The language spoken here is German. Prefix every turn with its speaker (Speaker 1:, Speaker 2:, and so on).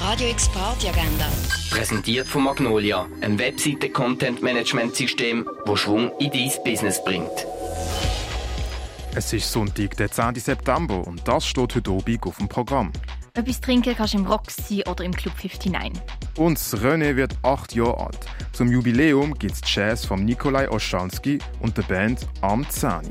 Speaker 1: Radio X Party Agenda.
Speaker 2: Präsentiert von Magnolia, einem Webseite-Content-Management-System, wo Schwung in dein Business bringt.
Speaker 3: Es ist Sonntag, der 10. September und das steht heute Abend auf dem Programm.
Speaker 4: Etwas trinken kannst du im Roxy oder im Club 59.
Speaker 3: Und René wird acht Jahre alt. Zum Jubiläum gibt es Jazz von Nikolai Oschanski und der Band Am Zani.